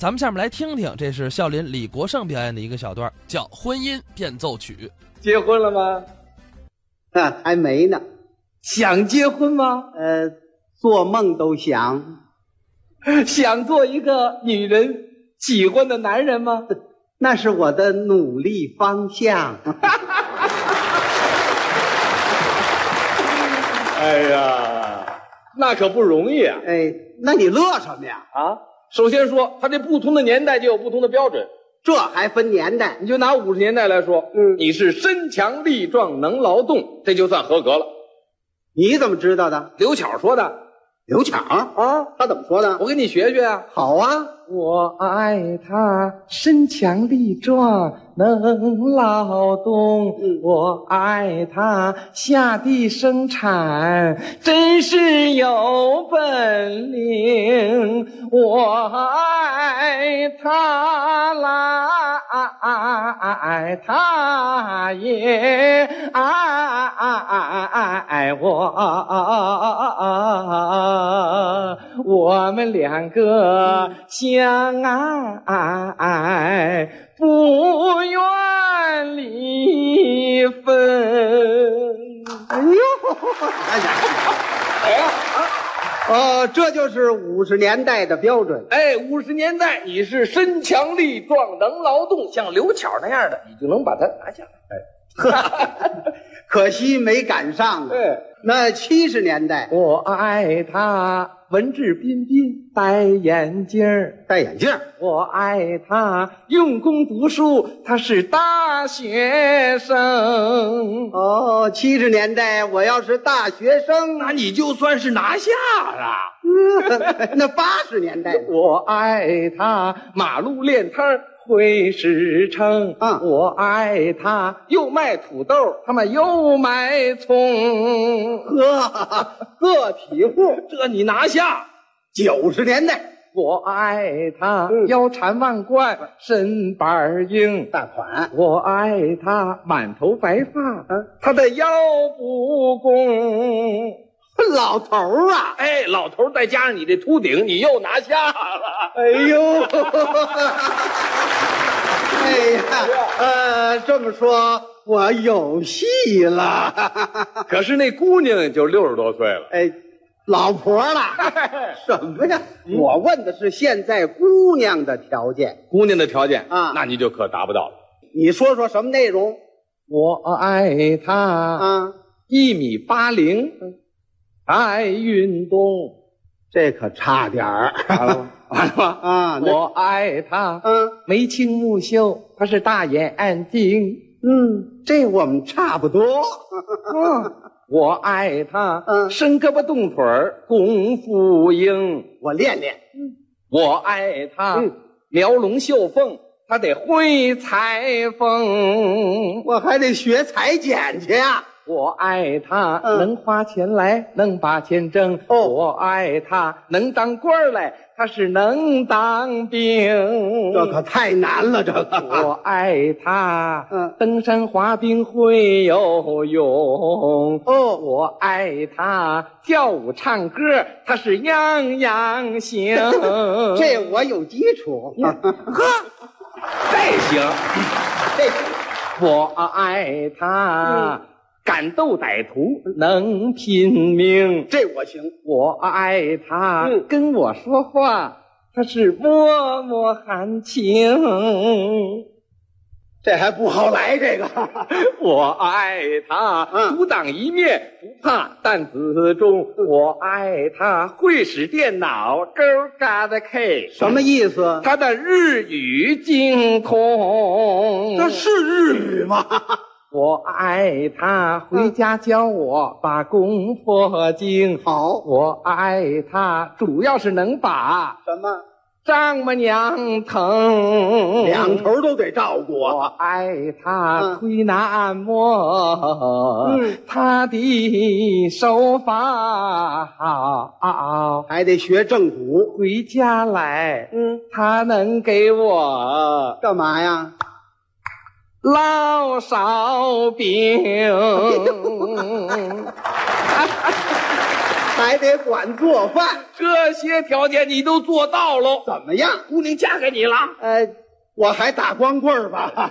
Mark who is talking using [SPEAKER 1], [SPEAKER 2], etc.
[SPEAKER 1] 咱们下面来听听，这是孝林李国盛表演的一个小段儿，叫《婚姻变奏曲
[SPEAKER 2] 结婚了吗？
[SPEAKER 3] 哼还没呢。
[SPEAKER 2] 想结婚吗？
[SPEAKER 3] 呃，做梦都想，
[SPEAKER 2] 想做一个女人喜欢的男人吗？
[SPEAKER 3] 那是我的努力方向。
[SPEAKER 2] 哎呀，那可不容易啊！
[SPEAKER 3] 哎，那你乐什么呀？
[SPEAKER 2] 啊，首先说，他这不同的年代就有不同的标准。
[SPEAKER 3] 这还分年代？
[SPEAKER 2] 你就拿五十年代来说，
[SPEAKER 3] 嗯
[SPEAKER 2] 你是身强力壮能劳动，这就算合格了。
[SPEAKER 3] 你怎么知道的？
[SPEAKER 2] 刘巧说的
[SPEAKER 3] 刘巧，
[SPEAKER 2] 啊，
[SPEAKER 3] 他怎么说的？
[SPEAKER 2] 我跟你学学啊。
[SPEAKER 3] 好啊，
[SPEAKER 2] 我爱他身强力壮，能劳动。
[SPEAKER 3] 嗯
[SPEAKER 2] 我爱他下地生产，真是有本领。我爱他啦，爱他也爱我。我们两个相爱，不愿离分。
[SPEAKER 3] 哎呦，哎呀，啊哦，这就是五十年代的标准。
[SPEAKER 2] 哎，五十年代你是身强力壮，能劳动，像刘巧那样的，你就能把它拿下来。哎，
[SPEAKER 3] 可惜没赶上啊。
[SPEAKER 2] 对，
[SPEAKER 3] 那七十年代
[SPEAKER 2] 我爱他文质彬彬，戴眼镜儿。
[SPEAKER 3] 戴眼镜儿，
[SPEAKER 2] 我爱他用功读书，他是大学生。
[SPEAKER 3] 哦，七十年代我要是大学生，啊
[SPEAKER 2] 那你就算是拿下了。
[SPEAKER 3] 那八十年代呢
[SPEAKER 2] 我爱他马路练摊儿会实诚，
[SPEAKER 3] 嗯
[SPEAKER 2] 我爱他又卖土豆，他妈又卖葱，
[SPEAKER 3] 呵，
[SPEAKER 2] 个体户，这你拿下。
[SPEAKER 3] 九十年代
[SPEAKER 2] 我爱他
[SPEAKER 3] 嗯
[SPEAKER 2] 腰缠万贯，身板儿硬。
[SPEAKER 3] 大款，
[SPEAKER 2] 我爱他满头白发，嗯他的腰不弓。
[SPEAKER 3] 老头儿啊，
[SPEAKER 2] 哎，老头儿再加上你这秃顶，你又拿下了。
[SPEAKER 3] 哎 呦，哎呀，呃，这么说我有戏了，
[SPEAKER 2] 可是那姑娘就六十多岁了。
[SPEAKER 3] 哎，老婆了，什么呀？
[SPEAKER 2] 嗯
[SPEAKER 3] 我问的是现在姑娘的条件，
[SPEAKER 2] 姑娘的条件
[SPEAKER 3] 啊
[SPEAKER 2] 那你就可达不到了。
[SPEAKER 3] 你说说什么内容
[SPEAKER 2] 我爱她
[SPEAKER 3] 啊？
[SPEAKER 2] 一米八零，爱运动。
[SPEAKER 3] 这可差点儿，
[SPEAKER 2] 完了吗？ 完了吗？
[SPEAKER 3] 啊，那
[SPEAKER 2] 我爱她
[SPEAKER 3] 嗯
[SPEAKER 2] 眉清目秀，她是大眼睛。
[SPEAKER 3] 嗯，这我们差不多，
[SPEAKER 2] 我爱她
[SPEAKER 3] 嗯
[SPEAKER 2] 伸胳膊动腿儿，功夫英。
[SPEAKER 3] 我练练。
[SPEAKER 2] 我爱她
[SPEAKER 3] 嗯
[SPEAKER 2] 描龙绣凤，她得会裁缝。
[SPEAKER 3] 我还得学裁剪去啊呀、
[SPEAKER 2] 我爱他，
[SPEAKER 3] 嗯
[SPEAKER 2] 能花钱来，能把钱挣。
[SPEAKER 3] 哦
[SPEAKER 2] 我爱他，能当官儿来，他是能当兵。
[SPEAKER 3] 这可啊太难了，这个。
[SPEAKER 2] 嗯我爱他，
[SPEAKER 3] 嗯
[SPEAKER 2] 登山滑冰会游泳。
[SPEAKER 3] 哦。
[SPEAKER 2] 我爱他，跳舞唱歌，他是样样行
[SPEAKER 3] 这我有基础，
[SPEAKER 2] 这行。
[SPEAKER 3] 这
[SPEAKER 2] 我爱他，敢斗歹徒，
[SPEAKER 3] 嗯
[SPEAKER 2] 能拼命。
[SPEAKER 3] 这我行。
[SPEAKER 2] 我爱他，
[SPEAKER 3] 嗯
[SPEAKER 2] 跟我说话，他是脉脉含情。
[SPEAKER 3] 这还不好来，这个
[SPEAKER 2] 我爱他，
[SPEAKER 3] 嗯
[SPEAKER 2] 独当一面，不怕担子重。我爱他，会使电脑，勾嘎的 K。
[SPEAKER 3] 什么意思？
[SPEAKER 2] 他的日语精通，
[SPEAKER 3] 日语吗？
[SPEAKER 2] 我爱他，回家教我把功破经。
[SPEAKER 3] 好，
[SPEAKER 2] 我爱他，主要是能把
[SPEAKER 3] 什么
[SPEAKER 2] 丈母娘疼。
[SPEAKER 3] 两头都得照顾
[SPEAKER 2] 我
[SPEAKER 3] 啊。
[SPEAKER 2] 爱他
[SPEAKER 3] 嗯
[SPEAKER 2] 推拿按摩，
[SPEAKER 3] 嗯
[SPEAKER 2] 他的手法好。
[SPEAKER 3] 还得学正骨。
[SPEAKER 2] 回家来，
[SPEAKER 3] 嗯，
[SPEAKER 2] 他能给我
[SPEAKER 3] 干嘛呀？
[SPEAKER 2] 烙烧饼。
[SPEAKER 3] 还得管做饭，
[SPEAKER 2] 这些条件你都做到喽，
[SPEAKER 3] 怎么样？
[SPEAKER 2] 姑娘嫁给你了。
[SPEAKER 3] 呃，我还打光棍儿吧？